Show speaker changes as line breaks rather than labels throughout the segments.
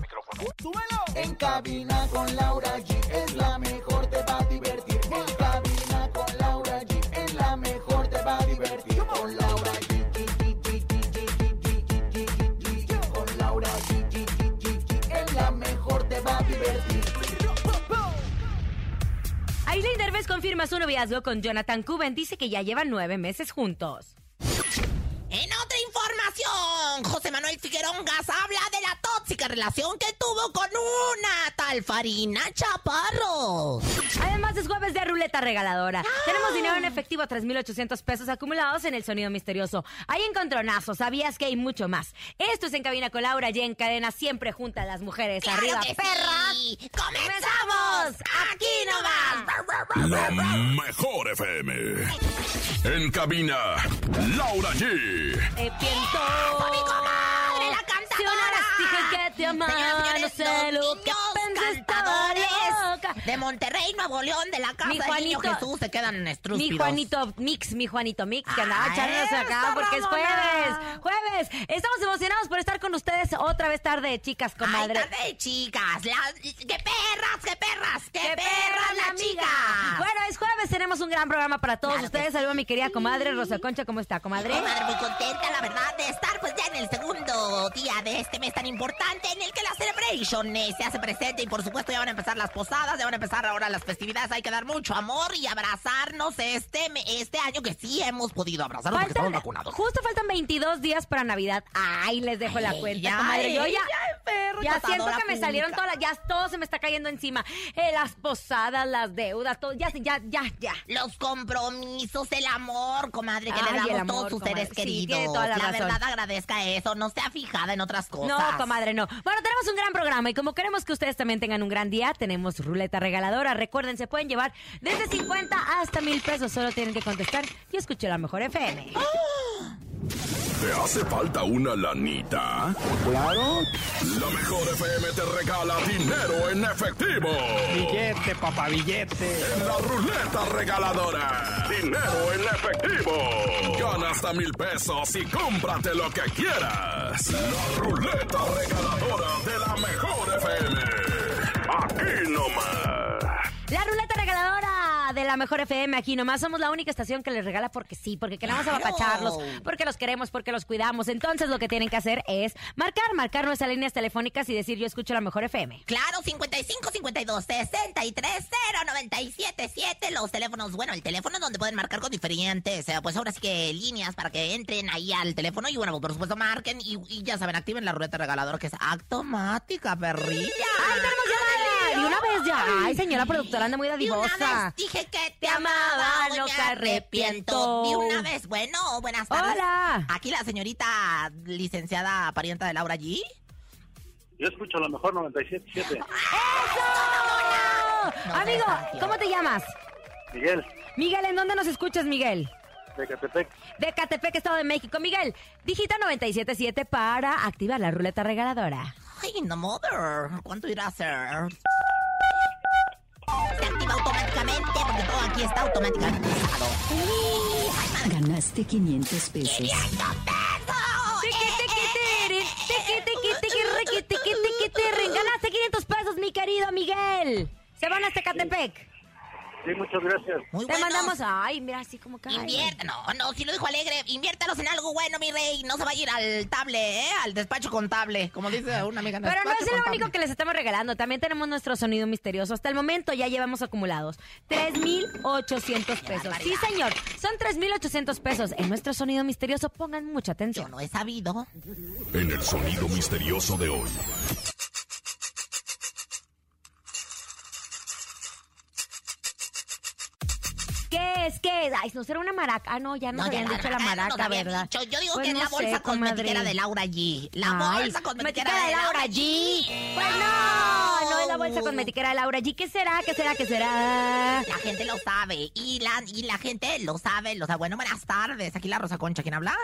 micrófono.
¡Súbelo!
En cabina con Laura G es la mejor, te va a divertir. En cabina con Laura G es la mejor, te va a divertir. Con Laura G. G, G, G, G, G, G, G, G, G, G, G. Con Laura G, G, G, G, G, es la mejor, te va a divertir.
Aileen Derbez confirma su noviazgo con Jonathan Cuben. Dice que ya llevan nueve meses juntos.
En otra información, José Manuel Figuerón Gas habla de la tóxica relación que tuvo con una tal Farina Chaparro.
Además es jueves de ruleta regaladora.
¡Ah!
Tenemos dinero en efectivo, 3.800 pesos acumulados en el sonido misterioso. Hay encontronazos, sabías que hay mucho más. Esto es En Cabina con Laura y en cadena siempre junta a las mujeres.
¡Claro
¡Arriba,
que
perra!
sí! ¡Comenzamos! ¡Aquí nomás!
La mejor FM. En cabina, Laura G.
Te piento.
¡Fue mi comadre, la
Si una
cantadora!
vez dije que te amaba, no
Señoras,
sé
señores,
lo
los
que
niños
pensé, estaba loca.
cantadores de Monterrey, Nuevo León, de la casa
Mi
del niño
Juanito-
Jesús, se quedan en
Mi
estrúspiros.
Juanito Mix, mi Juanito Mix, que andaba
Ah,
echándose acá
eso,
porque es jueves.
Ramona.
Jueves. Estamos emocionados por estar con ustedes otra vez tarde, chicas, comadre.
Ay, tarde, chicas. La- ¡Qué perras, qué perras,
¡Qué
qué, perras,
perra,
las
amiga!
chicas!
Bueno, es jueves, tenemos un gran programa para todos
Claro que
ustedes. Saludos a mi querida comadre Rosa Concha, ¿cómo está, comadre?
Comadre, muy contenta, la verdad, de estar pues ya en el segundo día de este mes tan importante en el que la celebration eh, se hace presente y por supuesto ya van a empezar las posadas, ya van a empezar ahora las festividades, hay que dar mucho amor y abrazarnos este, me- este año que sí hemos podido abrazarnos porque
Faltan-
estamos vacunados.
justo faltan 22 días para Navidad. Ay, les dejo la
Ay,
cuenta,
ya,
comadre. Yo
ay,
ya,
ya, perro,
ya
tratadora
siento que me
pública.
salieron todas las, ya todo se me está cayendo encima. Eh, las posadas, las deudas, todo, ya, ya, ya, ya.
Los compromisos, el amor, comadre, que
Ay,
le
el
damos
amor,
todos sus seres
comadre. Sí,
queridos.
tiene toda la razón.
verdad agradezca eso, no sea fijada en otras cosas.
No, comadre, no. Bueno, tenemos un gran programa y como queremos que ustedes también tengan un gran día, tenemos ruleta regaladora. Recuerden, se pueden llevar desde 50 hasta mil pesos. Solo tienen que contestar. Yo escuché la mejor FM.
¿Te hace falta una lanita?
Claro,
La mejor FM te regala dinero en efectivo.
billete, papá, billete.
En la ruleta regaladora. Dinero en efectivo. Gana hasta mil pesos y cómprate lo que quieras. La ruleta regaladora de la mejor FM. Aquí nomás.
La ruleta regaladora de la mejor FM aquí nomás somos la única estación que les regala porque sí, porque queremos
Claro.
apapacharlos, porque los queremos, porque los cuidamos. Entonces lo que tienen que hacer es marcar, marcar nuestras líneas telefónicas y decir yo escucho la mejor FM.
Claro, 55 52 63 0 97 7. Los teléfonos, bueno, el teléfono donde pueden marcar con diferentes, eh, pues ahora sí que líneas para que entren ahí al teléfono y bueno, por supuesto marquen y, y ya saben, activen la ruleta regaladora que es automática, perrilla.
¡Ay, tenemos llamada! De una vez ya. Ay, señora productora, anda muy
De una
dadivosa.
vez dije que te
Te amaba,
amaba, hoy
no
me
te
arrepiento.
arrepiento.
De una vez, bueno, buenas tardes.
Hola.
Aquí la señorita licenciada parienta de Laura G.
Yo escucho a lo mejor 97.7.
No, Amigo, ¿cómo te llamas?
Miguel,
Miguel, ¿en dónde nos escuchas, Miguel?
de Catepec.
De Catepec, Estado de México. Miguel, digita 977 para activar la ruleta regaladora.
Ay, no mother. ¿Cuánto irá a ser? Se activa automáticamente porque todo aquí está automáticamente.
Ganaste 500 pesos.
Tiqui,
eh,
tiqui, tiri, tiqui, tiqui, tiqui, riqui, tiqui, tiqui,
eh,
tirin. Ganaste 500 pesos, mi querido Miguel. Se van hasta Catepec.
Sí, muchas gracias.
Muy
Te
bueno.
mandamos. Ay, mira, así como cae.
Invier- No, no, si lo dijo alegre, inviértalos en algo bueno, mi rey. No se va a ir al table, ¿eh? Al despacho contable, como dice una amiga.
Pero no
despacho
es el
contable.
único que les estamos regalando. También tenemos nuestro sonido misterioso. Hasta el momento ya llevamos acumulados 3,800 pesos. Sí,
barbaridad.
señor. Son 3,800 pesos. En nuestro sonido misterioso pongan mucha
Yo
atención.
no he sabido.
En el sonido misterioso de hoy.
¿Qué es? ¿Qué es? Ay, no será una maraca. Ah, no, ya nos
ya
habían
la
dicho la
maraca,
maraca,
nos habían
¿verdad?
dicho. Yo digo
Pues
que
no
es la
sé, comadre.
bolsa cosmetiquera de Laura G. La
Ay,
bolsa
cosmetiquera
cosmetiquera de Laura G.
Pues no. esta cosmetiquera Laura G. ¿Qué será? ¿Qué será? ¿Qué será?
La gente lo sabe. Y la, y la gente lo sabe. Lo sabe. Bueno, buenas tardes. Aquí la Rosa Concha. ¿Quién habla?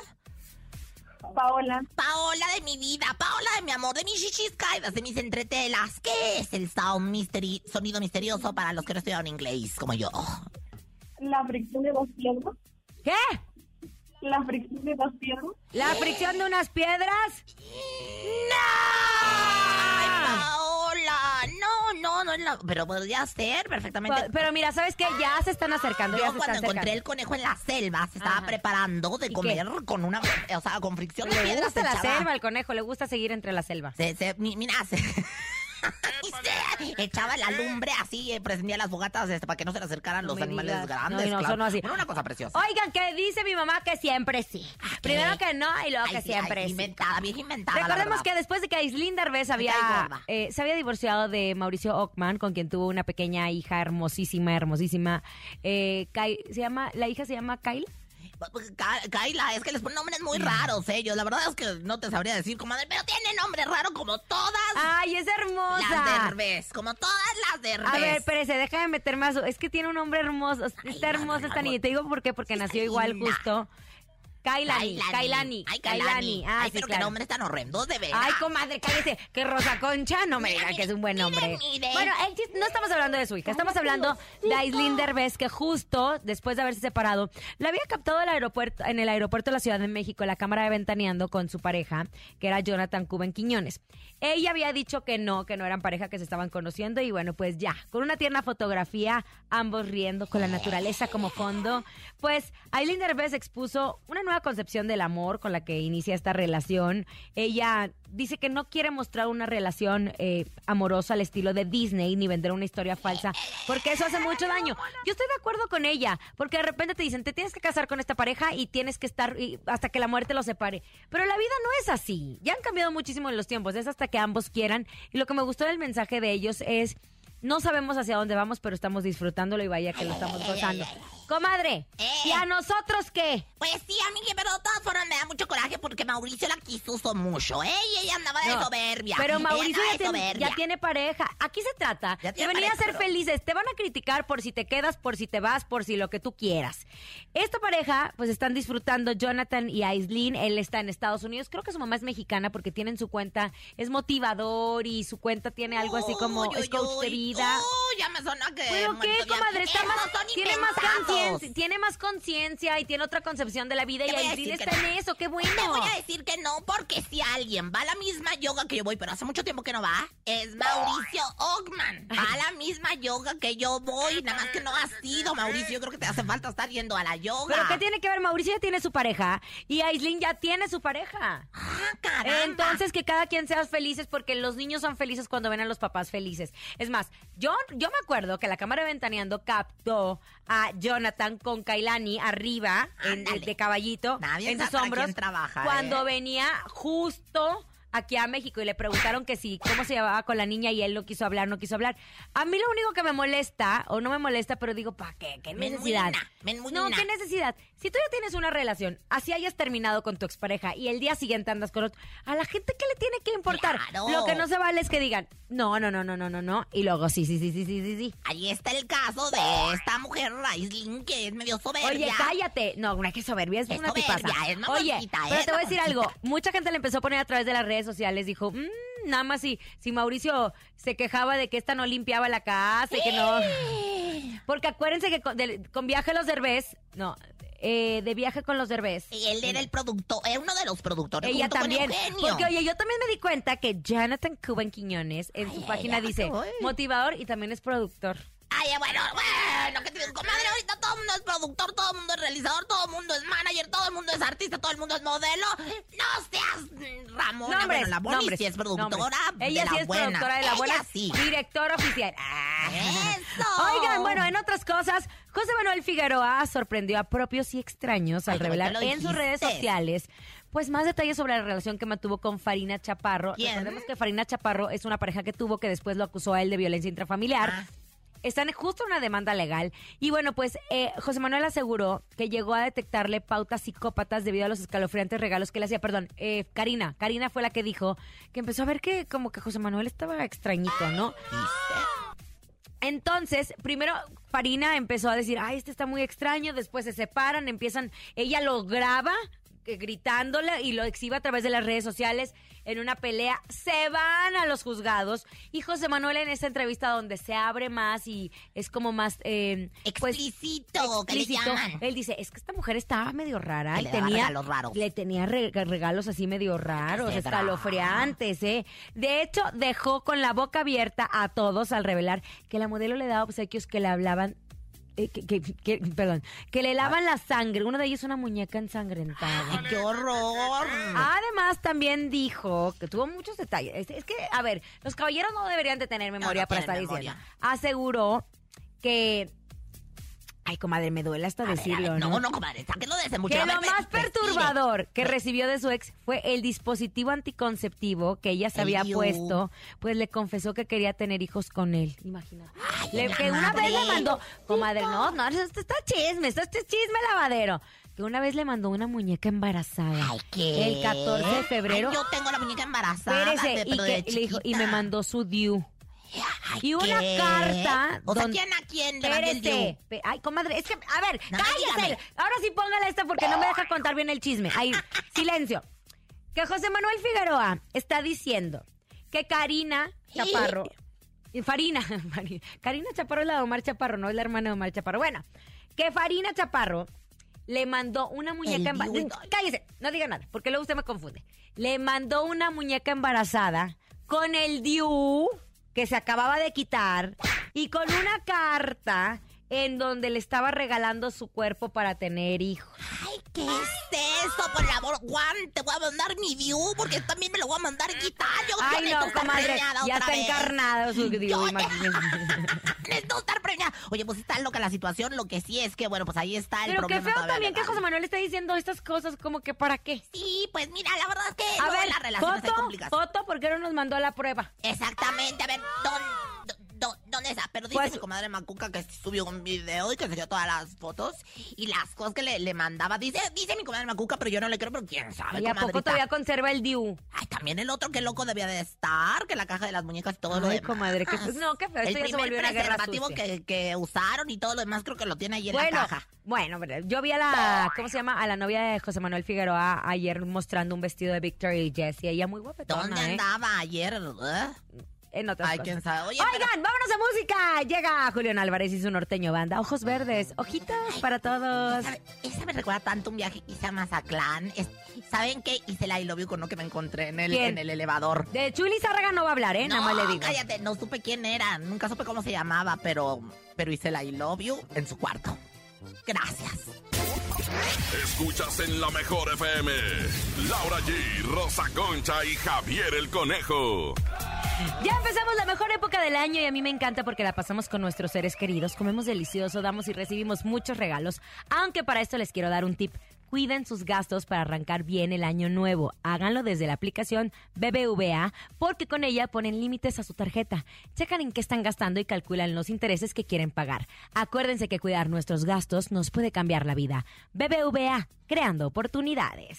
Paola.
Paola de mi vida. Paola de mi amor. De mis chichis caídas. De mis entretelas. ¿Qué es el sound mystery, sonido misterioso para los que no estudiaron inglés como yo?
La fricción de dos piernas.
¿Qué?
La fricción de dos piernas.
¿La fricción de unas piedras?
¡Ay, Paola! No, no, no es la... Pero podría ser perfectamente.
Pa- Pues, Pero mira, ¿sabes qué? Ya se están acercando, ya
Yo
se
cuando
están
encontré
acercando.
el conejo en la selva, se estaba
Ajá.
preparando de
qué?
comer con una, o sea, con fricción de
Le
piedras.
gusta la
echaba-
selva al conejo, le gusta seguir entre la selva.
se- se- mi- mira, se- y se echaba la lumbre así, eh, prendía las fogatas este, para que no se le acercaran
No
los
me
animales
digas.
grandes.
No, no,
claro.
son así.
Bueno, una cosa preciosa.
Oigan, que dice mi mamá que siempre sí.
Ah, ¿qué?
Primero que no y luego
Ay,
que
sí, ay,
siempre sí.
Inventada, vieja inventada. la
Recordemos
verdad.
que después de que Aislinn Derbez había,
cae gorda.
eh, se había divorciado de Mauricio Ockman, con quien tuvo una pequeña hija hermosísima, hermosísima. Eh, Kai- se llama, la hija se llama Kyle.
Pues, Ca- Kaila, es que les ponen nombres muy raros ellos. La verdad es que no te sabría decir, comadre, pero tiene nombre raro como todas
¡Ay, es
las
hermosa!
derbes. Como todas las derbes.
Ah, A ver, espérese, déjame meterme a su... Es que tiene un nombre hermoso. Está
Ay,
hermosa esta
ay,
niña. Te digo por qué, porque
Sí,
nació
está
igual
linda.
justo. Kailani,
Kailani.
Kailani,
Ay,
Kailani.
Kailani.
Ah,
Ay,
sí,
pero qué
claro.
nombres tan horrendos, de veras.
Ay, comadre, cállese, que Rosa Concha no me diga que es un buen
Miren,
nombre.
miren.
Bueno, el chis- no estamos hablando de su hija, estamos hablando de Aislinn Derbez, que justo después de haberse separado, la había captado al aeropuerto, en el aeropuerto de la Ciudad de México, la cámara de Ventaneando, con su pareja, que era Jonathan Cuben Quiñones. Ella había dicho que no, que no eran pareja, que se estaban conociendo, y bueno, pues ya, con una tierna fotografía, ambos riendo, con la naturaleza como fondo, pues Aislinn Derbez expuso una nueva concepción del amor con la que inicia esta relación. Ella dice que no quiere mostrar una relación eh, amorosa al estilo de Disney ni vender una historia falsa, porque eso hace mucho daño. Yo estoy de acuerdo con ella, porque de repente te dicen, te tienes que casar con esta pareja y tienes que estar y- hasta que la muerte los separe. Pero la vida no es así. Ya han cambiado muchísimo en los tiempos, es hasta que ambos quieran. Y lo que me gustó del mensaje de ellos es... No sabemos hacia dónde vamos, pero estamos disfrutándolo y vaya que lo estamos gozando. Comadre,
Eh.
¿y a nosotros qué?
Pues sí, amiga, pero de todas formas me da mucho coraje porque Mauricio la quiso mucho, ¿eh? Y ella andaba de
No,
soberbia.
Pero
Ella
Mauricio
andaba
ya
de
tiene,
soberbia.
ya tiene pareja. Aquí se trata
Ya
de
tiene
venir a
pareja,
ser
pero-
felices. Te van a criticar por si te quedas, por si te vas, por si lo que tú quieras. Esta pareja, pues están disfrutando Jonathan y Aislinn. Él está en Estados Unidos. Creo que su mamá es mexicana porque tienen su cuenta, es motivador y su cuenta tiene algo así como
Uy, uy,
es coach de
uy.
vida.
Uy, ya me sonó que...
Pero qué,
muerto de
comadre, está
hambre.
más,
Esos son
tiene más
inventados.
conciencia, tiene más conciencia y tiene otra concepción de la vida
Te
y
voy a
Aislinn
decir que
está
no.
en eso, qué bueno.
Te voy a decir que no, porque si alguien va a la misma yoga que yo voy, pero hace mucho tiempo que no va, es Mauricio Ogman. Va a la misma yoga que yo voy, nada más que no has ido, Mauricio. Yo creo que te hace falta estar yendo a la yoga.
Pero ¿qué tiene que ver? Mauricio ya tiene su pareja y Aislinn ya tiene su pareja.
Ah, caramba.
Entonces que cada quien sea felices porque los niños son felices cuando ven a los papás felices. Es más, yo, yo me acuerdo que la cámara de ventaneando captó a Jonathan con Kailani arriba en,
Ándale.
de caballito
Nadie
en
sabe
sus
para
hombros
quién trabaja,
cuando
¿eh?
venía justo aquí a México y le preguntaron que si cómo se llevaba con la niña y él no quiso hablar, no quiso hablar. A mí lo único que me molesta o no me molesta, pero digo, ¿para qué? ¿Qué
Men
necesidad?
muina, men
No,
muina.
¿qué necesidad? Si tú ya tienes una relación, así hayas terminado con tu expareja y el día siguiente andas con otro, a la gente qué le tiene que importar.
Claro.
Lo que no se vale es que digan, no, no, no, no, no, no, no, y luego sí, sí, sí, sí, sí, sí, sí.
Ahí está el caso de esta mujer, Aislin, que es medio soberbia.
Oye, cállate. No, una que soberbia es,
Es
una
soberbia,
tipaza.
es ¿eh?
Oye,
mamoncita,
pero
es
te voy a decir algo.
mamoncita.
Mucha gente le empezó a poner a través de las redes sociales. Dijo, "Mm, nada más si, si Mauricio se quejaba de que esta no limpiaba la casa y que no. Porque acuérdense que con, del- con viaje a los derbés, no, eh, de viaje con los derbés.
Y Él era el productor, era uno de los productores.
Ella
junto con
también.
Eugenio.
Porque, oye, yo también me di cuenta que Jonathan Cuban Quiñones en su
Ay,
página
ay, ay,
dice
ay.
motivador y también es productor.
Ay, bueno, bueno, que te digo, comadre, ahorita todo el mundo es productor, todo el mundo es realizador, todo el mundo es manager, todo el mundo es artista, todo el mundo es modelo. No seas mm, Ramona,
Nombres,
bueno, la Boni
nombres,
sí es productora
nombres.
de
Ella
la
sí es
buena.
productora de la
Ella
buena.
sí.
Director oficial. Ah.
¡Eso!
Oigan, bueno, en otras cosas, José Manuel Figueroa sorprendió a propios y extraños al
Ay,
revelar
ahorita lo
en sus redes
dijiste.
sociales. Pues más detalles sobre la relación que mantuvo con Farina Chaparro.
¿Quién?
Recordemos que Farina Chaparro es una pareja que tuvo que después lo acusó a él de violencia intrafamiliar.
Ah.
Están justo en una demanda legal. Y bueno, pues eh, José Manuel aseguró que llegó a detectarle pautas psicópatas debido a los escalofriantes regalos que le hacía. Perdón, eh, Karina. Karina fue la que dijo que empezó a ver que como que José Manuel estaba extrañito, ¿no? Entonces, primero Farina empezó a decir, ay, este está muy extraño, después se separan, empiezan, ella lo graba eh, gritándole y lo exhibe a través de las redes sociales en una pelea, se van a los juzgados y José Manuel en esta entrevista donde se abre más y es como más... eh, pues, Eh,
Explícito, que le llaman.
Él dice, es que esta mujer estaba medio rara
Que
y
le daba
tenía...
regalos raros.
Le tenía re- regalos así medio raros,
se
escalofriantes, ¿eh? De hecho, dejó con la boca abierta a todos al revelar que la modelo le daba obsequios que le hablaban. eh, que, que- que- perdón, que le lavan la sangre. Uno de ellos es una muñeca ensangrentada.
¡Qué horror!
Ah, Además, también dijo que tuvo muchos detalles. Es, es que, a ver, los caballeros no deberían de tener memoria
no
para estar
tienen
diciendo.
memoria.
Aseguró que. Ay, comadre, me duele hasta
A ver, a ver,
decirlo, ¿no?
No, no, comadre, sáquenlo de ese muchacho.
Que
A ver, pues,
lo
ve-
más
respire.
perturbador que recibió de su ex fue el dispositivo anticonceptivo que ella se
El
había
Diu.
puesto, pues le confesó que quería tener hijos con él. Imagina. Le-
la
que una
madre.
vez le mandó, comadre, no, no, esto está chisme, esto es chisme lavadero. Que una vez le mandó una muñeca embarazada.
Ay, ¿qué?
El 14 de febrero.
Ay, yo tengo la muñeca embarazada.
Espérese,
de-
y
pero de
que le dijo- y
chiquita.
me mandó su Diu.
Ay,
y una
¿qué?
carta
O sea,
donde-
¿quién a quién le mandé el
Espérese.
diu?
Pe- Ay, comadre, es que, a ver,
No,
cállese.
dígame.
Ahora sí póngala esta porque no me deja contar bien el chisme. Ahí, silencio. Que José Manuel Figueroa está diciendo que Karina Chaparro. y Farina, Farina- Karina Chaparro es la de Omar Chaparro, no es la hermana de Omar Chaparro. Bueno, que Farina Chaparro le mandó una muñeca
El
embarazada.
viudo.
Cállese, no diga nada, porque luego usted me confunde. Le mandó una muñeca embarazada con el Diu que se acababa de quitar y con una carta en donde le estaba regalando su cuerpo para tener hijos.
Ay, ¿qué es eso? Por favor, Juan, te voy a mandar mi view porque también me lo voy a mandar a quitar. Yo, yo
Ay,
necesito
no,
estar
comadre,
preñada
ya
otra
está
vez.
encarnado su Diu,
Yo-
imagínese.
Necesito estar preñada. Oye, pues está loca la situación. Lo que sí es que, bueno, pues ahí está el
Pero qué
problema.
feo
todavía
también que
legal.
José Manuel esté diciendo estas cosas como que para qué.
Sí, pues mira, la verdad es que
A
luego
ver,
las relaciones se
foto,
complican.
foto, porque no nos mandó la prueba.
Exactamente, a ver, ¿dónde, dó- dónde está? Pero dice
Pues-
mi comadre Macuca que subió un video y que se dio todas las fotos y las cosas que le, le mandaba. Dice, dice mi comadre Macuca, pero yo no le creo, pero quién sabe,
¿Y a poco
comadrita.
todavía conserva el DIU?
Ay, también el otro que loco debía de estar, que la caja de las muñecas y todo lo
Ay,
demás.
comadre, que no, qué feo,
El
esto ya se
primer
volvió una guerra
preservativo
sucia.
que, que usaron y todo lo demás creo que lo tiene ahí en
Bueno,
la caja.
bueno, pero yo vi a la, ¿cómo se llama? A la novia de José Manuel Figueroa ayer mostrando un vestido de Victoria Jess y ella muy guapetona,
¿Dónde
¿eh?
andaba ayer? ¿eh?
En otras
Ay,
cosas.
quién sabe. Oye, pero-
Oigan, vámonos a música. Llega Julián Álvarez y su norteño banda. Ojos verdes, ojitos para todos.
¿Sabe- Esa me recuerda tanto un viaje que hice a Mazatlán. Es- ¿Saben qué? Hice la I love you con lo que me encontré en el,
¿Quién?
en el elevador.
De Chuli Zárraga no va a hablar, ¿eh? Nada más le digo.
cállate, no supe quién era, nunca supe cómo se llamaba, pero, pero hice la I love you en su cuarto. Gracias.
Escuchas en la mejor FM. Laura G, Rosa Concha y Javier el Conejo.
Ya empezamos la mejor época del año y a mí me encanta porque la pasamos con nuestros seres queridos, comemos delicioso, damos y recibimos muchos regalos, aunque para esto les quiero dar un tip. Cuiden sus gastos para arrancar bien el año nuevo. Háganlo desde la aplicación BBVA porque con ella ponen límites a su tarjeta. Checan en qué están gastando y calculan los intereses que quieren pagar. Acuérdense que cuidar nuestros gastos nos puede cambiar la vida. BBVA, creando oportunidades.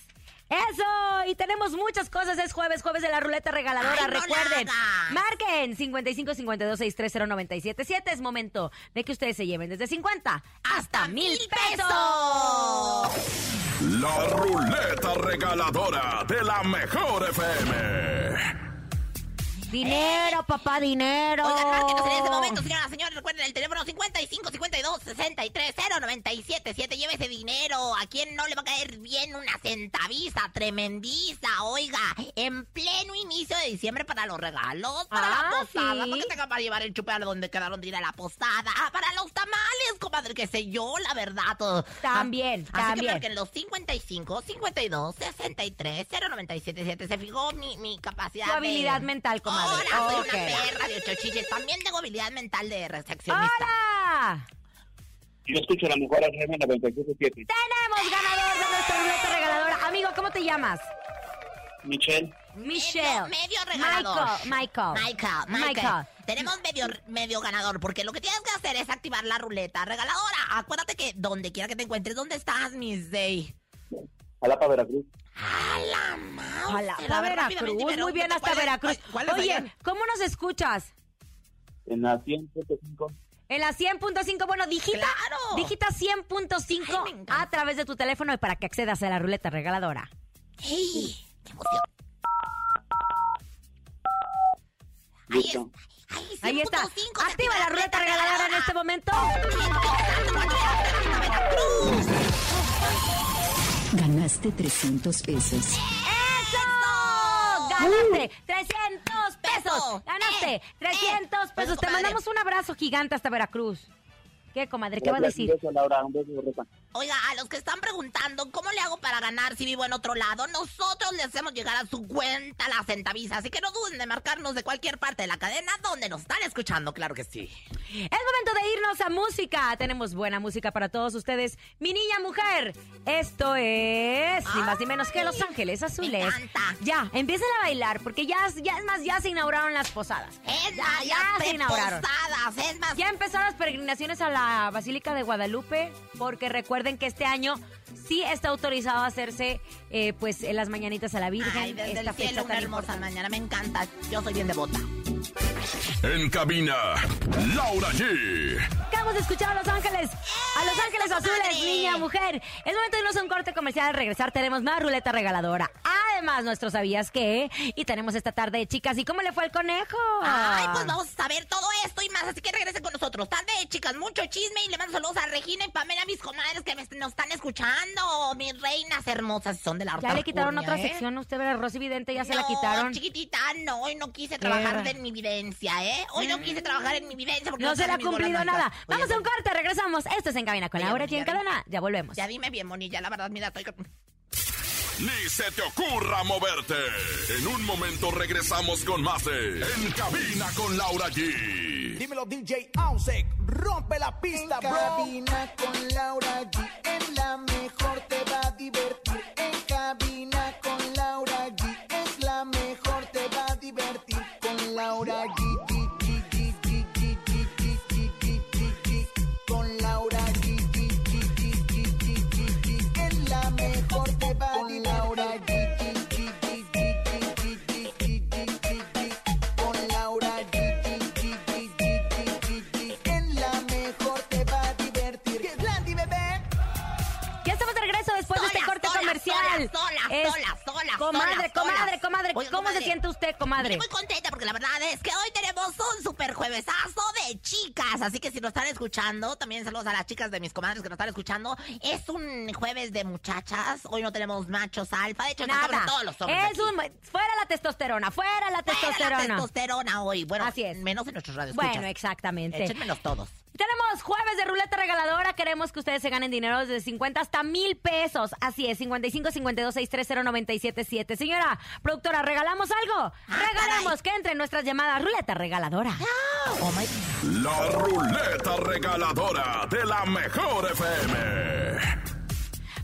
Eso, y tenemos muchas cosas. Es jueves, jueves de la ruleta regaladora.
Ay, no
Recuerden,
nada.
Marquen 55 52 630 977. Es momento de que ustedes se lleven desde 50 hasta mil pesos.
La ruleta regaladora de la mejor FM.
Dinero, papá, dinero.
Oigan, márquenos en este
Oh.
momento, señoras, señores. Recuerden el teléfono 55 52 63 097 7. Lleve ese dinero. ¿A quién no le va a caer bien una centaviza tremendiza? Oiga, en pleno inicio de diciembre para los regalos, para
Ah,
la posada,
sí.
porque tengan para llevar el chupe a donde quedaron de ir a la posada, ah, para los tamales, compadre, que sé yo, la verdad. todo.
También,
Ah, Así
también.
que marquen los 55 52 63 097 7. Se fijó mi, mi capacidad.
Tu
de-
habilidad mental, comadre.
Ahora soy
Ok.
una perra de ocho chiches. También tengo habilidad mental de recepcionista.
¡Hola!
Yo escucho la mejor FM 977.
Tenemos ganador de nuestra ruleta regaladora. Amigo, ¿cómo te llamas?
Michelle,
Michelle.
Medio, medio regalador.
Michael,
Michael. Michael.
Michael.
Tenemos medio, medio ganador, porque lo que tienes que hacer es activar la ruleta regaladora. Acuérdate que donde quiera que te encuentres, ¿dónde estás, Miss Day?
Jalapa, Veracruz.
Hola,
Será
pa'
ver
Veracruz.
rápidamente,
Muy
Veracruz,
bien, hasta
¿cuál es-
Veracruz.
cuál- cuál es
Oye,
allá?
¿cómo nos escuchas?
En la 100.5.
En la 100.5, bueno, digita,
¡Claro!
digita
Ay, me
100.5
encanta.
a través de tu teléfono y para que accedas a la ruleta regaladora.
¡Ey! ¡Qué emoción! Ahí está.
Listo.
Ahí está.
100.5, se
Activa la ruleta regaladora en este momento.
Ganaste 300 pesos.
¡Eso! ¡Ganaste 300 pesos!
Peso.
¡Ganaste
Eh,
300
eh.
pesos!
Bueno,
Te
comadre.
mandamos un abrazo gigante hasta Veracruz. ¿Qué, comadre? ¿Qué vas a
Gracias,
decir?
Un beso, Laura. Un beso, Rosa.
Oiga, a los que están preguntando cómo le hago para ganar si vivo en otro lado, nosotros les hacemos llegar a su cuenta la centaviza. Así que no duden de marcarnos de cualquier parte de la cadena donde nos están escuchando, claro que sí.
Es momento de irnos a música. Tenemos buena música para todos ustedes. Mi niña mujer, esto es ni más ni menos que Los Ángeles Azules.
encanta.
Ya, empiecen a bailar porque ya, ya es más, ya se inauguraron las posadas.
Es
Ya,
más,
ya
ya,
se inauguraron.
posadas, es más,
Ya empezaron las peregrinaciones a la Basílica de Guadalupe porque recuerden que este año sí está autorizado a hacerse eh, pues en las mañanitas a la Virgen.
Ay, desde
esta
el cielo,
fecha
una
tan
hermosa
importante.
mañana, me encanta. Yo soy bien devota.
En cabina, Laura G.
Acabamos de escuchar a Los Ángeles. A Los Ángeles Azules,
comadre!
niña, mujer. Es momento de irnos a un corte comercial. Al regresar tenemos más ruleta regaladora. Además, nuestro sabías qué. Y tenemos esta tarde, chicas. ¿Y cómo le fue al conejo? Ah.
Ay, pues vamos a saber todo esto y más, así que regresen con nosotros. Tarde, chicas, mucho chisme y le mando saludos a Regina y Pamela, mis comadres que me est- nos están escuchando. Mis reinas hermosas son de la
Ya
alta
le quitaron
alcurnia,
otra
¿eh?
sección a usted, ¿verdad? Rosy Vidente ya se la
No,
quitaron.
chiquitita, no, hoy no quise trabajar
Qué- Mm.
en mi vivencia, ¿eh? Hoy no quise trabajar en mi vivencia porque
No se
salen
le ha
mis buenas
cumplido
notas.
nada.
Oye,
Vamos a un corte, regresamos. Esto es En Cabina con
Oye,
Laura
ya
y en
vi-
cadena. Ya volvemos.
pues, Ya dime bien, Monilla, la verdad, mira, estoy... con-
Pues
Ni se te ocurra moverte. En un momento regresamos con más de En cabina con Laura G.
Dímelo DJ Ausek, rompe la pista,
Cabina con Laura G. En la mejor te va a divertir. En cabina con Laura G. Es la mejor te va a divertir. Con Laura G. G, G, G, G, G, G, G, G, G, G, G. Con Laura G. G, G, G, G, G, G, G. Es la mejor te va a divertir. Con Laura G. G, G, G, G, G, G, G, G, G, G. Con Laura G. G, G, G, G, G, G, G. En la mejor te va a divertir. Que es Landy, bebé.
Ya estamos de regreso después de
Sola,
este corte
sola,
comercial.
sola, sola,
Es-
sola, sola,
Comadre,
sola,
comadre,
sola.
comadre.
Oiga,
¿Cómo se
comadre,
siente usted, comadre?
Estoy muy contenta porque la verdad es que hoy tenemos un super juevesazo de chicas. Así que si nos están escuchando, también saludos a las chicas de mis comadres que nos están escuchando. Es un jueves de muchachas. Hoy no tenemos machos alfa. De hecho, no
Nada.
caben todos los hombres.
Es
aquí.
un- Fuera la testosterona, fuera la
Fuera
testosterona.
La testosterona hoy. Bueno,
Así es.
menos en nuestros radios.
Bueno, exactamente.
Échenmelos todos.
Tenemos jueves de ruleta regaladora. Queremos que ustedes se ganen dinero desde 50 hasta mil pesos. Así es, 55 52 630 977. Señora productora, ¿regalamos
Ah,
algo? Regalamos que entre en nuestras llamadas ruleta regaladora. Ah.
Oh my
La ruleta regaladora de la mejor FM.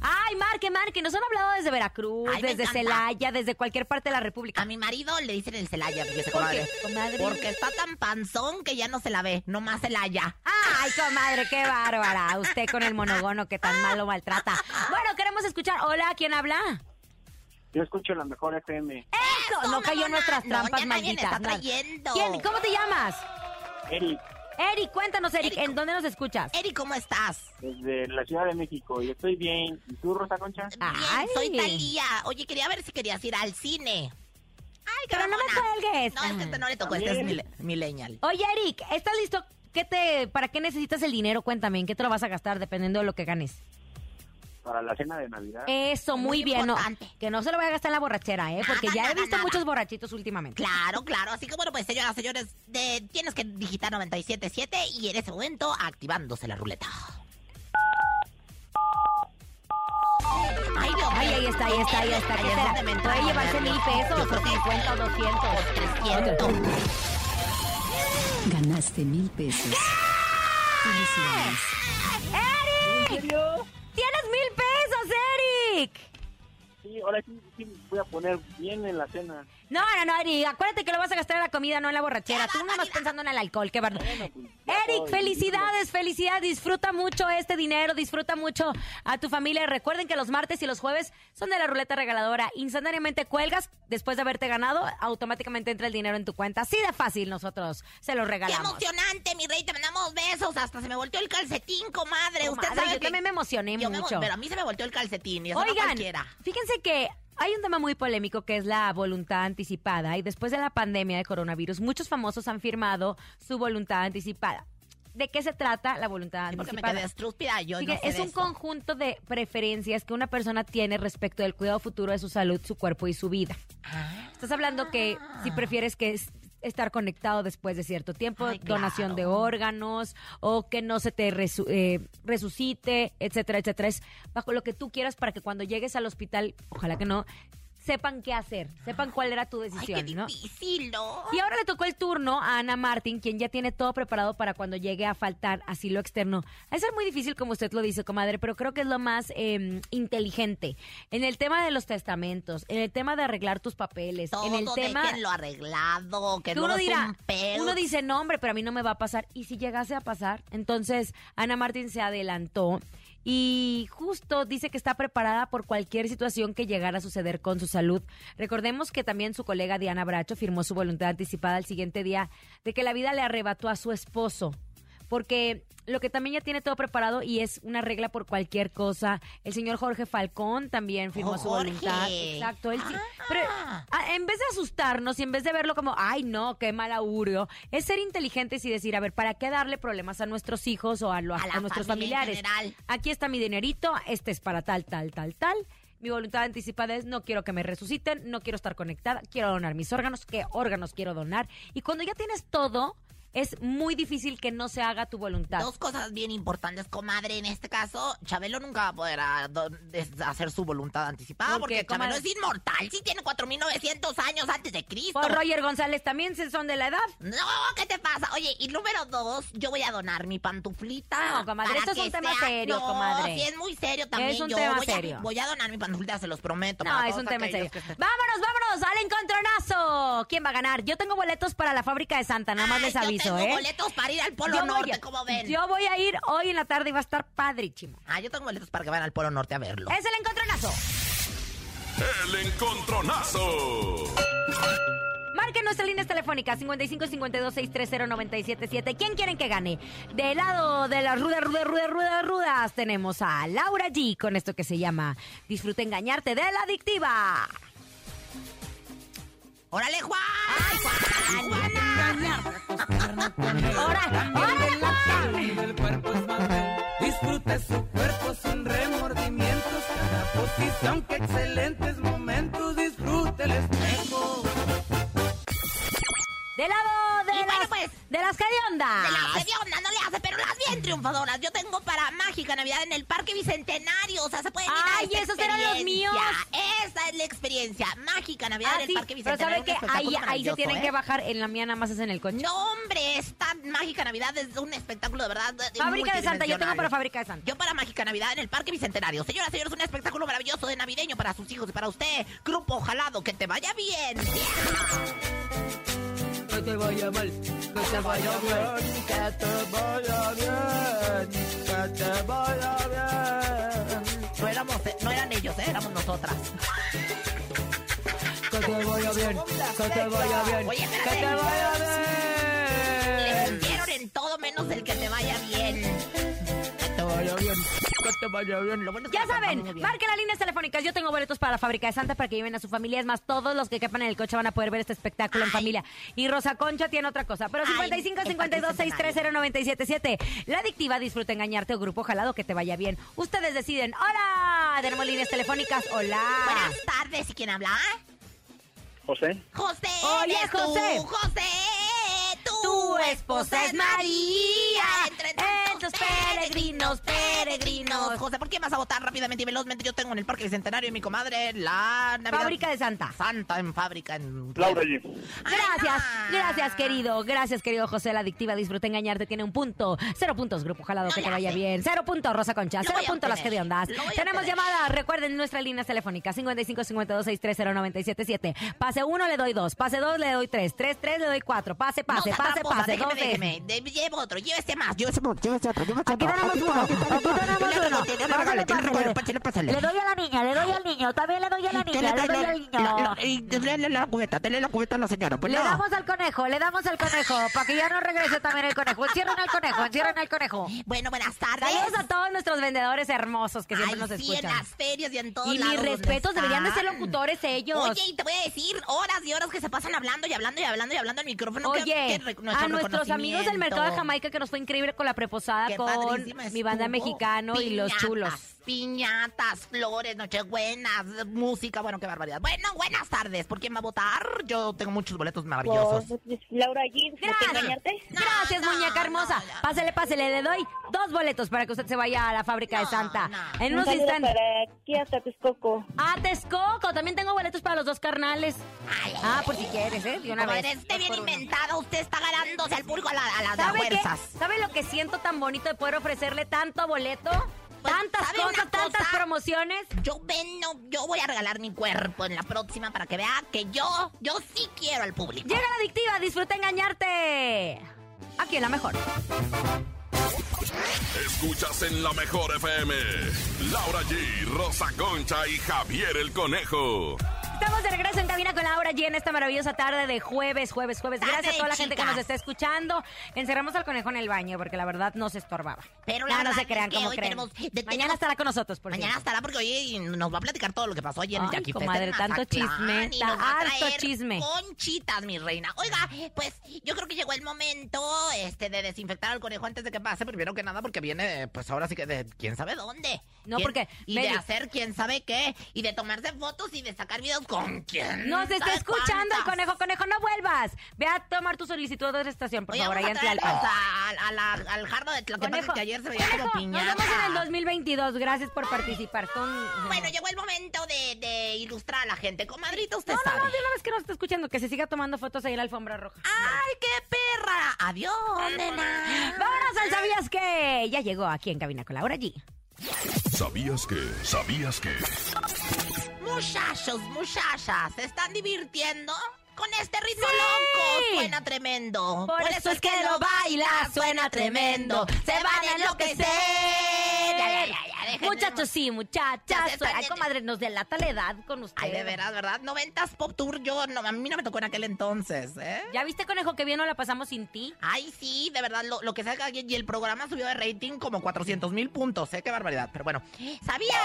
Ay, marque, marque. Nos han hablado desde Veracruz,
Ah. Ay, me
desde
encanta.
Celaya, desde cualquier parte de la República.
A mi marido le dicen el Celaya, fíjese,
¿Por qué, comadre?
comadre. Porque está tan panzón que ya no se la ve, nomás Celaya.
Ay, comadre, qué bárbara. Usted con el monogono que tan mal lo maltrata. Bueno, queremos escuchar. Hola, ¿quién habla?
Yo escucho la mejor FM.
Eso, no cayó en nuestras
No,
trampas
ya nadie me
malditas.
está
nada.
trayendo.
¿Quién? ¿Cómo te llamas?
Eric,
Eric, cuéntanos, Eric,
Eric.
¿en dónde nos escuchas?
Eri, ¿cómo estás?
desde la Ciudad de México. Yo estoy bien. ¿Y tú, Rosa Concha?
Bien,
Ay.
soy Talía. Oye, quería ver si querías ir al cine. Ay, qué
Pero no me
mamona.
cuelgues.
No, es que este no le tocó, este es mile- millennial.
Oye, Eric, ¿estás listo? ¿Qué te, ¿Para qué necesitas el dinero? Cuéntame, ¿en qué te lo vas a gastar dependiendo de lo que ganes?
Para la cena de Navidad.
Eso, muy,
Muy
bien. no,
importante.
que no se lo vaya a gastar en la borrachera, ¿eh? Porque
Nada,
ya he
nada,
visto
nada.
muchos borrachitos últimamente.
Claro, claro. Así que bueno, pues señoras, señores, de- tienes que digitar 977 y en ese momento activándose la ruleta. Ay, Dios mío.
Ay, ahí está, ahí está, ahí está. ¿Qué
Ay,
será?
déjame entrar,
Puede llevarse
Dios
mil
mío.
pesos,
Yo creo
o
que-
50, o 200.
o 300.
Ganaste mil pesos. Felicidades.
¡Eric! ¡Tienes mil pesos, Eric!
Sí, ahora sí, sí me voy a poner bien en la cena.
No, no, no, Eric, acuérdate que lo vas a gastar en la comida, no en la borrachera. Tú nada más pensando en el alcohol, qué barbaridad. Eric, felicidades, felicidades. Disfruta mucho este dinero, disfruta mucho a tu familia. Recuerden que los martes y los jueves son de la ruleta regaladora. Instantáneamente cuelgas después de haberte ganado, automáticamente entra el dinero en tu cuenta. Así de fácil, nosotros se lo
¡Qué
regalamos.
emocionante, mi rey! Te mandamos besos. Hasta se me volteó el calcetín, comadre. Usted
Comadre,
sabe
yo
que...
también me emocioné
Yo me-
mucho.
pero a mí se me volteó el calcetín. Y eso no
Oigan,
cualquiera.
fíjense que hay un tema muy polémico que es la voluntad anticipada y después de la pandemia de coronavirus muchos famosos han firmado su voluntad anticipada. ¿De qué se trata la voluntad
Sí, porque me
anticipada?
quedé estrúpida. Yo
Fíjate,
no sé
es
de
un
eso.
conjunto de preferencias que una persona tiene respecto del cuidado futuro de su salud, su cuerpo y su vida.
Ah.
Estás hablando que si prefieres que es- estar conectado después de cierto tiempo,
Ay,
donación de
claro.
órganos o que no se te resu- eh, resucite, etcétera, etcétera. Es bajo lo que tú quieras para que cuando llegues al hospital, ojalá que no, sepan qué hacer, sepan cuál era tu decisión, ¿no?
difícil, ¿no?
Y ahora le tocó el turno a Ana Martín, quien ya tiene todo preparado para cuando llegue a faltar asilo externo. Va a ser muy difícil, como usted lo dice, comadre, pero creo que es lo más eh, inteligente. En el tema de los testamentos, en el tema de arreglar tus papeles,
Todo
en el tema...
lo arreglado, que
Que
no
uno
es
dirá,
un pedo.
uno dice, no, hombre, pero a mí no me va a pasar. Y si llegase a pasar, entonces Ana Martín se adelantó y justo dice que está preparada por cualquier situación que llegara a suceder con su salud. Recordemos que también su colega Diana Bracho firmó su voluntad anticipada al siguiente día de que la vida le arrebató a su esposo. Porque lo que también ya tiene todo preparado y es una regla por cualquier cosa. El señor Jorge Falcón también firmó
Oh,
su voluntad.
Jorge. Ah.
Exacto, él sí. Pero a- en vez de asustarnos y en vez de verlo como, ay, no, qué mal augurio, es ser inteligentes y decir, a ver, ¿para qué darle problemas a nuestros hijos o a, lo-
A la
a nuestros
familia en
familiares?
general.
Aquí está mi dinerito, este es para tal, tal, tal, tal. Mi voluntad anticipada es no quiero que me resuciten, no quiero estar conectada, quiero donar mis órganos, qué órganos quiero donar. Y cuando ya tienes todo, es muy difícil que no se haga tu voluntad.
Dos cosas bien importantes, comadre. En este caso, Chabelo nunca va a poder ah, do- des- hacer su voluntad anticipada
¿Por qué,
porque Chabelo
comadre?
es inmortal. Sí tiene 4.900 años antes de Cristo.
Por Roger González también se son de la edad.
No, ¿qué te pasa? Oye, y número dos, yo voy a donar mi pantuflita.
No, comadre,
para
esto es
que
un tema serio,
no,
comadre.
Sí, es muy serio también.
Es un
yo
tema
voy a-
serio.
voy a donar mi pantuflita, se los prometo.
No,
para
es
todos
un tema en serio.
aquellos que estén-
Vámonos, vámonos al encontronazo. ¿Quién va a ganar? Yo tengo boletos para la fábrica de Santa, nada más
Ay,
les aviso,
Ah, yo tengo
¿eh?
boletos para ir al Polo
yo, voy
Norte,
a,
como ven.
yo voy a ir hoy en la tarde y va a estar padrísimo.
Ah, yo tengo boletos para que vayan al Polo Norte a verlo.
Es el encontronazo.
El encontronazo.
Marquen nuestras líneas telefónicas 55 52 630 977. ¿Quién quieren que gane? Del lado de las rudas, rudas, rudas, rudas, rudas, tenemos a Laura G con esto que se llama Disfruta engañarte de la adictiva.
¡Órale, Juan! ¡Ay, Juan!
¡Ahora! ¡Órale, Juan!
El cuerpo es papel. Disfrute su cuerpo sin remordimientos. Cada posición, que excelentes momentos. Disfrute el espejo.
Del lado de
Y bueno,
las,
pues,
de las hediondas.
De las hediondas no le hace, pero las bien triunfadoras. Yo tengo para Mágica Navidad en el Parque Bicentenario. O sea, se pueden ir a
Ay,
esta
esos eran los
experiencia.
míos.
Esa es la experiencia. Mágica Navidad
Ah,
en el
sí,
Parque
pero sabe
Bicentenario.
que
un
ahí,
espectáculo
ahí se
maravilloso,
tienen
¿eh?
que bajar. En la mía nada más es en el coche.
No, hombre, esta Mágica Navidad es un espectáculo de verdad. eh,
Fábrica de Santa, yo tengo
multidimensional.
para Fábrica de Santa.
Yo para Mágica Navidad en el Parque Bicentenario. Señoras, señores, un espectáculo maravilloso de navideño para sus hijos y para usted. Grupo Jalado, que te vaya bien.
No te vaya mal, no te vaya mal. Que te vaya bien, que te vaya bien.
No, éramos, eh, no eran ellos, eh, éramos nosotras.
Que te vaya bien, que te vaya bien.
Oye,
Que
espérate.
te vaya
Le
bien.
pusieron en todo menos el que te vaya bien.
Que te vaya bien, que te vaya bien.
Lo bueno es que
Ya
la cantamos
saben,
muy bien.
marquen las líneas telefónicas. Yo tengo boletos para la fábrica de Santa para que lleven a su familia. Es más, todos los que quepan en el coche van a poder ver este espectáculo en familia. Y Rosa Concha tiene otra cosa. Pero
Ay,
55 52
el Parque
630 977. La adictiva disfruta engañarte o grupo jalado que te vaya bien. Ustedes deciden. ¡Hola! Tenemos líneas telefónicas. ¡Hola!
Buenas tardes, ¿y quién habla?
José,
José.
Oye,
eres tú,
José.
José. Tu,
Tu esposa es María.
Entre
En tus
peregrinos, peregrinos. José, ¿por qué vas a votar rápidamente y velozmente? Yo tengo en el Parque Bicentenario y mi comadre la Navidad.
Fábrica de Santa.
Santa en fábrica en...
Laura G.
Gracias, gracias querido, gracias querido José, la adictiva disfruta engañarte, tiene un punto, cero puntos, grupo jalado, que te vaya bien, cero puntos, Rosa Concha,
Lo
cero
voy a
puntos, las
obtener,
que de ondas.
lo voy a
Tenemos
obtener.
llamadas, recuerden nuestras líneas telefónicas, 5552-630-977, pase uno le doy dos, pase dos le doy tres, tres, tres le doy cuatro, pase, pase,
No,
pase,
tramposa,
pase,
déjeme,
dos, tres.
déjeme. De- Llevo otro, llévese más, llévese más, llévese otro, llévese
Aquí
otro.
tenemos
Aquí
uno, aquí tenemos
Tiene
uno.
regalo, tiene
Pásale, pásale.
regalo, tiene regalo, pásale, pásale.
Le doy a la niña, le doy al niño, también le doy a la
¿Qué le
niña, le
trae
doy
la-
al
la-
niño.
la- y dele la cubeta, dele la cubeta a la señora. Pues
le
no.
damos al conejo, le damos al conejo, para que ya no regrese también el conejo. Encierren al conejo, encierren al conejo.
Bueno, buenas tardes.
Saludos a todos nuestros vendedores hermosos que siempre
Ay,
nos
sí, en
escuchan.
las ferias y en todos
Y mis
lados donde
respetos, deberían de ser
están.
locutores ellos.
Oye, y te voy a decir horas y horas que se pasan hablando y hablando y hablando y hablando al micrófono. que-
Oye,
que re-
a
nuestro
nuestros amigos del mercado de Jamaica que nos fue increíble con la preposada
Qué
con
padrísima
mi banda
estuvo.
mexicano y los
Piñatas,
chulos.
Piñatas, flores, nochebuenas, música, bueno, qué barbaridad. Bueno, buenas tardes. ¿Por quién va a votar? Yo tengo muchos boletos maravillosos.
Laura G.
Gracias, gracias muñeca hermosa. Pásele, pásele, le doy dos boletos para que usted se vaya a la fábrica de Santa. En unos instantes.
aquí hasta Texcoco.
A Texcoco, también tengo boletos para los dos carnales. ah, por si quieres, ¿eh? De una
Comadre,
vez.
esté
Dos
este bien
por uno.
inventada, usted está ganándose al público a, la- a las
¿Sabe qué?
fuerzas.
¿Sabe lo que siento tan bonito de poder ofrecerle tanto boleto? tantas
Pues, ¿sabe una
cosas, tantas
cosa?
promociones.
Yo vendo, yo voy a regalar mi cuerpo en la próxima para que vea que yo, yo sí quiero al público.
Llega la adictiva, disfruta engañarte. Aquí en la mejor.
Escuchas en la mejor FM. Laura G, Rosa Concha y Javier el Conejo.
Estamos de regreso en cabina con Laura G en esta maravillosa tarde de jueves, jueves, jueves.
Tarde,
Gracias a toda la gente que
chicas.
nos está escuchando. Encerramos al conejo en el baño porque la verdad nos estorbaba. No,
Pero la
no
verdad
se
es
crean
que
como
hoy
creen.
tenemos- de-
Mañana
tenemos-
estará con nosotros, por
Mañana estará porque hoy nos va a platicar todo lo que pasó ayer en
Ay,
el Jackie Fest
comadre,
en
tanto
Mazatlán,
chisme,
y nos va a
harto
traer
chisme.
Conchitas, mi reina. Oiga, pues yo creo que llegó el momento este, de desinfectar al conejo antes de que pase, primero que nada, porque viene, pues ahora sí que de quién sabe dónde.
No,
¿Quién-
porque,
Y
Meli-
de hacer quién sabe qué, y de tomarse fotos y de sacar videos con quién.
Nos está
sabe
escuchando el
cuántas.
conejo. Conejo, no vuelvas. Ve a tomar tu solicitud de estación, por
Oye,
favor, allá en
vamos a traerlos
Tlalpan.
a- a la- al jardo de Tlaquepaque
Conejo,
que ayer se veía como
conejo, nos
piñata.
vemos en el 2022. Gracias por participar. Son...
Bueno, llegó el momento de, de ilustrar a la gente. Comadrita, usted
No, no,
sabe.
no, de una vez que nos está escuchando, que se siga tomando fotos ahí en la alfombra roja.
¡Ay, qué perra! ¡Adiós, nena!
Vámonos al ¿Sabías qué? Ya llegó aquí en Cabina con Laura G.
¿Sabías que? ¿Sabías que?
Muchachos, muchachas, ¿se están divirtiendo? Con este ritmo
Sí.
loco suena tremendo.
Por eso es que lo baila, suena tremendo. Se van a enloquecer.
Ya, ya, ya, ya, déjenme-
Muchachos, sí,
Ya se
muchachas.
están
Ay,
yendo.
comadre, nos delata la edad con ustedes.
Ay, de veras, ¿verdad? Noventas Pop Tour, yo, no, a mí no me tocó en aquel entonces, ¿eh?
¿Ya viste, conejo, que bien no la pasamos sin ti?
Ay, sí, de verdad, lo, lo que saca aquí- y el programa subió de rating como 400 mil puntos, ¿eh? Qué barbaridad. Pero bueno, ¿sabían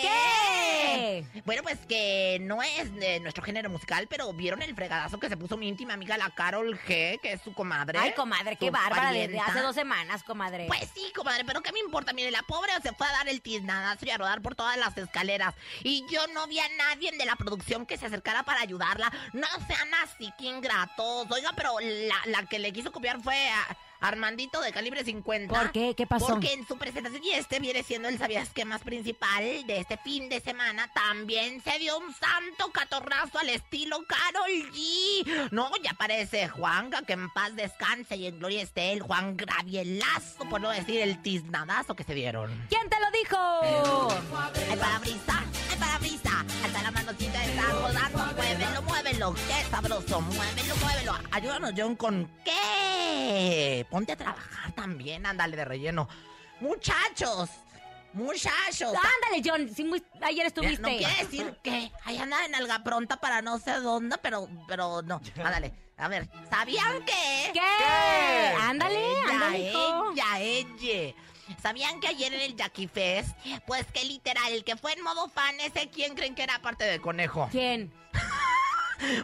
que?
¿Qué?
Bueno, pues que no es de nuestro género musical, pero vieron el fregadazo que se puso mi íntima amiga, la Carol G, que es su comadre.
Ay, comadre, qué
Su
bárbara. Desde
parienta.
hace dos semanas, comadre.
Pues sí, comadre, pero ¿qué me importa? Mire, la pobre se fue a dar el tiznadazo y a rodar por todas las escaleras. Y yo no vi a nadie de la producción que se acercara para ayudarla. No sean así, que ingratos. Oiga, pero la, la que le quiso copiar fue a Armandito de calibre 50.
¿Por qué? ¿Qué pasó?
Porque en su presentación, y este viene siendo el sabías que más principal de este fin de semana, también se dio un santo catorrazo al estilo Carol G. No, ya parece Juanga, que en paz descanse y en gloria esté el Juan Gravielazo, por no decir el tiznadazo que se dieron.
¿Quién te lo dijo?
Ay, para brisa, ay, para brisa, hasta la manocita está rodando, muévelo, muévelo, qué sabroso, muévelo, muévelo. Ayúdanos, John, con qué. Ponte a trabajar también, ándale de relleno. Muchachos, muchachos.
Ándale, John. si muy- ayer
Mira,
estuviste.
No quiere decir que ahí anda en alga pronta para no sé dónde, pero, pero no. Ándale, a ver, ¿sabían que?
¿Qué? Ándale,
Ella,
ándale, hijo.
ella, ella. ¿Sabían que ayer en el Jackie Fest? Pues que literal, el que fue en modo fan, ese, ¿quién creen que era parte del conejo?
¿Quién?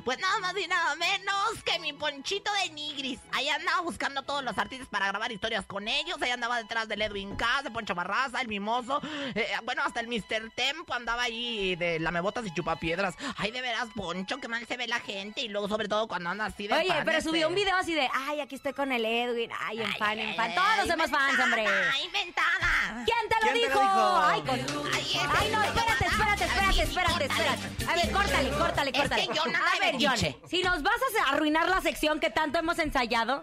Pues nada más y nada menos que mi ponchito de Nigris. Ahí andaba buscando a todos los artistas para grabar historias con ellos. Ahí andaba detrás del Edwin Cass, de Poncho Barraza, el Mimoso. eh, bueno, hasta el Mr. Tempo andaba ahí de lamebotas y chupapiedras. Ay, de veras, Poncho, que mal se ve la gente. Y luego, sobre todo, cuando anda así de
Oye,
fan,
pero
este.
subió un video así de, ay, aquí estoy con el Edwin, ay, en fan, en fan.
ay,
Todos
ay,
somos fans, hombre.
inventada, inventada.
¿Quién te lo
¿Quién te
dijo?
lo dijo?
Ay, con- Ay, no, espérate, espérate, espérate, espérate, espérate. A ver, córtale, córtale,
Es
córtale.
que yo nada
A ver,
de
John,
diche.
si nos vas a arruinar la sección que tanto hemos ensayado.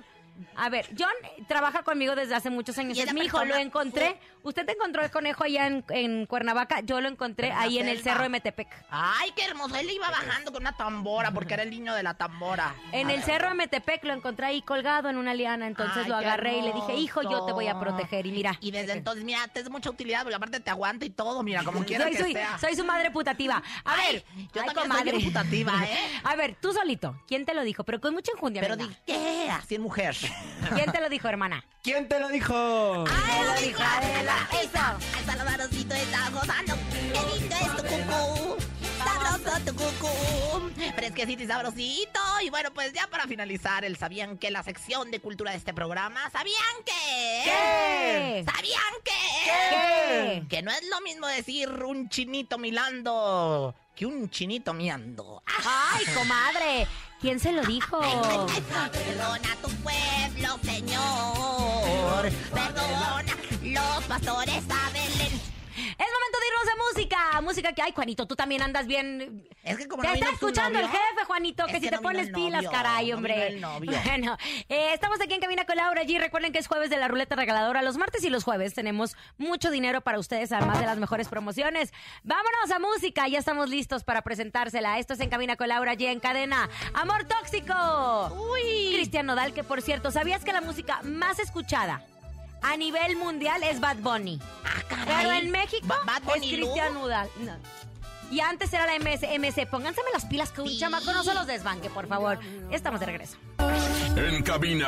A ver, John trabaja conmigo desde hace muchos años.
Y
Es
esa
mi hijo, lo
persona
encontré. Usted encontró el conejo allá en, en Cuernavaca. Yo lo encontré
En la
ahí en el
selva.
cerro de Metepec.
Ay, qué hermoso. Él iba bajando con una tambora porque era el niño de la tambora.
En el cerro de Metepec lo encontré ahí colgado en una liana. Entonces
Ay,
lo
qué
agarré y le dije, hijo, yo te voy a
hermoso.
proteger. Y mira. este.
Y desde entonces, mira, te es mucha utilidad porque aparte te aguanta y todo, mira, como quiera
Soy,
que
soy-
sea.
soy su madre putativa. A ver,
yo
ay,
también soy
comadre.
bien putativa, ¿eh?
A ver, tú solito, ¿quién te lo dijo? Pero con mucha enjundia.
Pero
venga.
di, ¿qué? Así en mujer.
¿Quién te lo dijo, hermana?
¿Quién te lo dijo?
¡Ay, lo dijo Adela! ¡Eso! ¡Al saludarosito está gozando! ¡Qué lindo es tu cucú! ¡Sabroso tu cucú! Fresquecito y sabrosito. Y bueno, pues ya para finalizar, el ¿sabían que la sección de cultura de este programa? ¿Sabían que?
¿Qué?
¿Sabían
que?
Que no es lo mismo decir un chinito milando que un chinito miando. Ah,
Ay, comadre, ¿quién se lo dijo?
Oh. Perdona tu pueblo, Señor. Perdona los pastores a Belén.
Es momento de irnos a música. Música que, ay, Juanito, tú también andas bien.
Es que como
Te
no
está
vino tu
escuchando el
novio,
jefe, Juanito, que
Es
si
que
te
no vino
pones
el
pilas,
novio,
caray,
no
hombre.
vino el novio.
Bueno, eh, estamos aquí en Cabina con Laura G. Recuerden que es jueves de la ruleta regaladora. Los martes y los jueves tenemos mucho dinero para ustedes, además de las mejores promociones. Vámonos a música, ya estamos listos para presentársela. Esto es en Cabina con Laura G en cadena. Amor tóxico. Uy. Cristian Nodal, que por cierto, ¿sabías que la música más escuchada a nivel mundial es Bad Bunny? Pero en México
Ba- Bad Bunny
es Cristian Nodal. No. Y antes era la MS, MC. Pónganseme las pilas que un chamaco no se los desbanque, por favor. Estamos de regreso.
En cabina,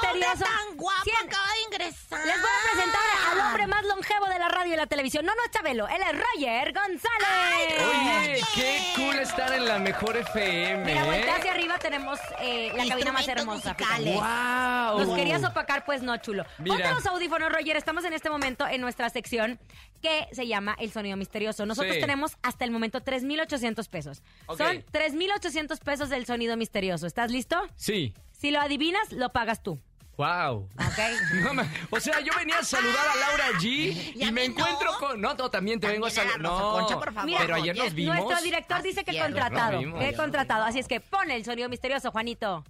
qué hombre
misterioso.
tan guapo
Cien-
acaba de ingresar.
Les voy a presentar al hombre más longevo de la radio y la televisión. No, no es Chabelo, él es Roger González.
Oye, qué cool estar en la mejor FM.
Mira,
¿eh?
voltea hacia arriba, tenemos eh, la cabina más hermosa.
musicales.
¡Guau!
Los querías opacar, pues no, chulo.
Mira.
Ponte los audífonos, Roger. Estamos en este momento en nuestra sección que se llama El Sonido Misterioso. Nosotros
Sí.
tenemos hasta el momento 3,800 pesos.
Ok.
Son 3,800 pesos del Sonido Misterioso. ¿Estás listo?
Sí.
Si lo adivinas, lo pagas tú.
Wow.
¿Ok?
No me- o sea, yo venía a saludar a Laura G y,
a
me
mí no.
encuentro con. No, no, también te vengo a
También a
saludar.
la Rosa
No,
Concha, por favor. Mira,
pero ayer nos vimos. Ah,
Nuestro director dice que
Así es.
contratado.
Nos vimos,
que
ya.
contratado. Así es que pone el sonido misterioso, Juanito.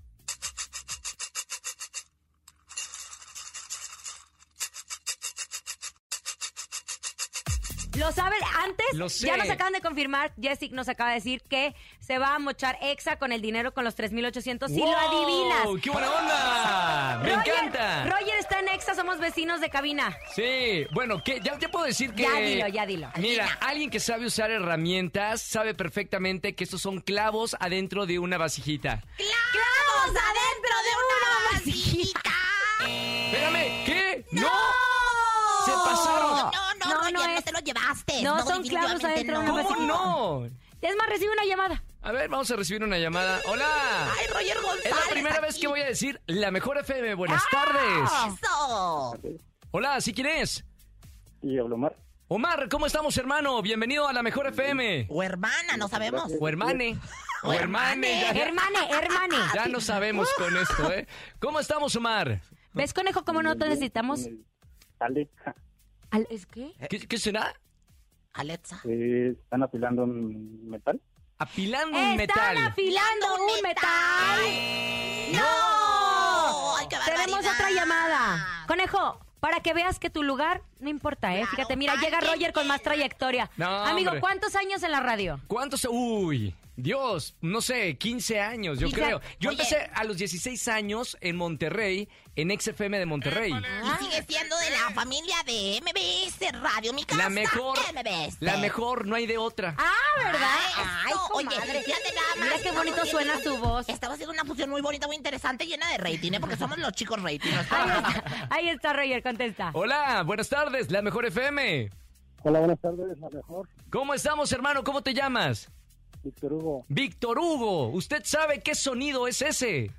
Lo saben antes,
Lo
ya
sé.
nos acaban de confirmar, Jessic nos acaba de decir que se va a mochar Exa con el dinero con los 3.800 si
¡Wow!
lo adivinas.
¡Qué buena onda! ¡Me
Roger-
encanta!
Roger está en Exa, somos vecinos de cabina.
Sí, bueno, ¿qué? ya te puedo decir que...
Ya dilo, ya dilo.
Mira, alguien que sabe usar herramientas sabe perfectamente que estos son clavos adentro de una vasijita.
¡Clavos adentro de una vasijita!
Espérame, ¿qué? ¡No!
¡No!
¡Se pasaron!
No,
No, no, no,
no
no, no
es-
te lo llevaste.
No, son clavos
definitivamente
adentro de una
¿Cómo no?
Es más, recibe una llamada.
A ver, vamos a recibir una llamada. ¡Hola!
¡Ay, Roger González!
Es la primera vez que
Ah.
voy a decir la mejor FM. Buenas tardes.
¡Eso!
Hola, ¿sí quién es?
Y hablo Omar.
Omar, ¿cómo estamos, hermano? Bienvenido a la Mejor FM.
O hermana, no sabemos.
O hermane. O hermane. ya-
Hermane, hermane.
Ya no sabemos con esto, ¿eh? ¿Cómo estamos, Omar?
¿Ves, conejo, cómo no te necesitamos?
Alexa.
Al- ¿Es qué?
¿Qué, qué será?
Alexa.
Eh, ¿Están apilando un metal?
Apilando
Están
un metal.
afilando un metal. ¡No!
¡Ay, qué
Tenemos
barbaridad!
otra llamada. Conejo, para que veas que tu lugar no importa, ¿eh? Fíjate, mira, llega Roger con más trayectoria.
No,
Amigo,
hombre.
¿cuántos años en la radio?
¿Cuántos? Uy, Dios, no sé, 15 años, yo
Quince-
creo. Yo
Oye.
empecé a los 16 años en Monterrey, en XFM de Monterrey.
Y sigue siendo de la familia de MBS Radio, mi casa.
La mejor,
MBS.
la mejor, no hay de otra.
Ah, ¿verdad?
Ay, oye, fíjate nada más.
Mira qué bonito
estamos
suena
haciendo-
tu voz.
Estamos haciendo una fusión muy bonita, muy interesante, llena de rating, ¿eh? porque somos los chicos rating. ¿no?
Ahí está Roger, contesta.
Hola, buenas tardes, la mejor FM.
Hola, buenas tardes, la mejor.
¿Cómo estamos, hermano? ¿Cómo te llamas?
Víctor Hugo,
Víctor Hugo, ¿usted sabe qué sonido es ese?
eh,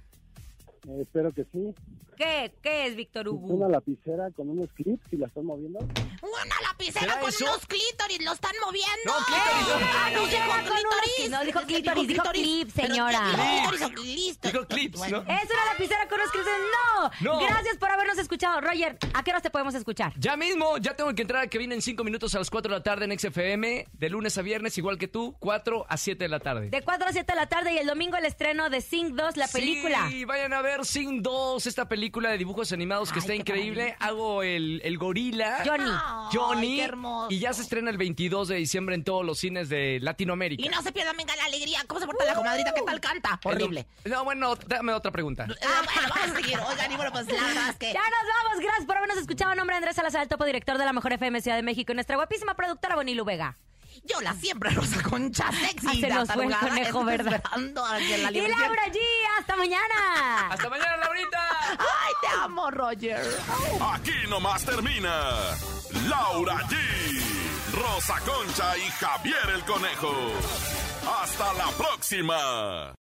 espero que sí.
¿Qué? ¿Qué es Víctor Hugo?
Una lapicera con unos clips y la están moviendo.
Una lapicera
¿Será
con
eso?
unos clítoris, lo están moviendo.
No, clítoris, no.
Ah, no, dijo
Lapicera con unos-
clítoris.
no, dijo clítoris, dijo clip,
Pero
señora.
dijo clítoris o clisto.
Dijo clips, ¿no?
Es una lapicera con unos cruces. ¡No!
No.
Gracias por habernos escuchado. Roger, ¿a qué horas te podemos escuchar?
Ya mismo, ya tengo que entrar, que viene en 5 minutos a las 4 de la tarde en XFM, de lunes a viernes, igual que tú, 4 a 7 de la tarde.
De 4 a 7 de la tarde y el domingo el estreno de Sing 2, la película.
Sí, vayan a ver Sin 2, esta película de dibujos animados
Ay,
que está
qué
increíble. Hago el, el gorila.
Johnny.
Ay,
Johnny.
qué hermoso.
y ya se estrena el 22 de diciembre en todos los cines de Latinoamérica.
Y no se pierdan, venga la alegría. ¿Cómo se porta la comadrita? ¿Qué tal canta?
El-
Horrible.
No, bueno, dame otra pregunta.
Ah, bueno, vamos a seguir. Oigan, y bueno, pues la verdad es que.
Ya nos vamos, gracias por habernos escuchado. Nombre de Andrés Salazar, el topo director de la Mejor FM Ciudad de México. y Nuestra guapísima productora Bonilu Vega.
Yo la siempre rosa concha sexy.
Ah, se
la
nos fue el
tarugada,
conejo,
estoy
¿verdad?
Esperando a que la
Y
liberación-
Laura G, hasta mañana.
Hasta mañana, Laurita.
Ay, te amo, Roger.
Aquí nomás termina Laura G, Rosa Concha y Javier el Conejo. Hasta la próxima.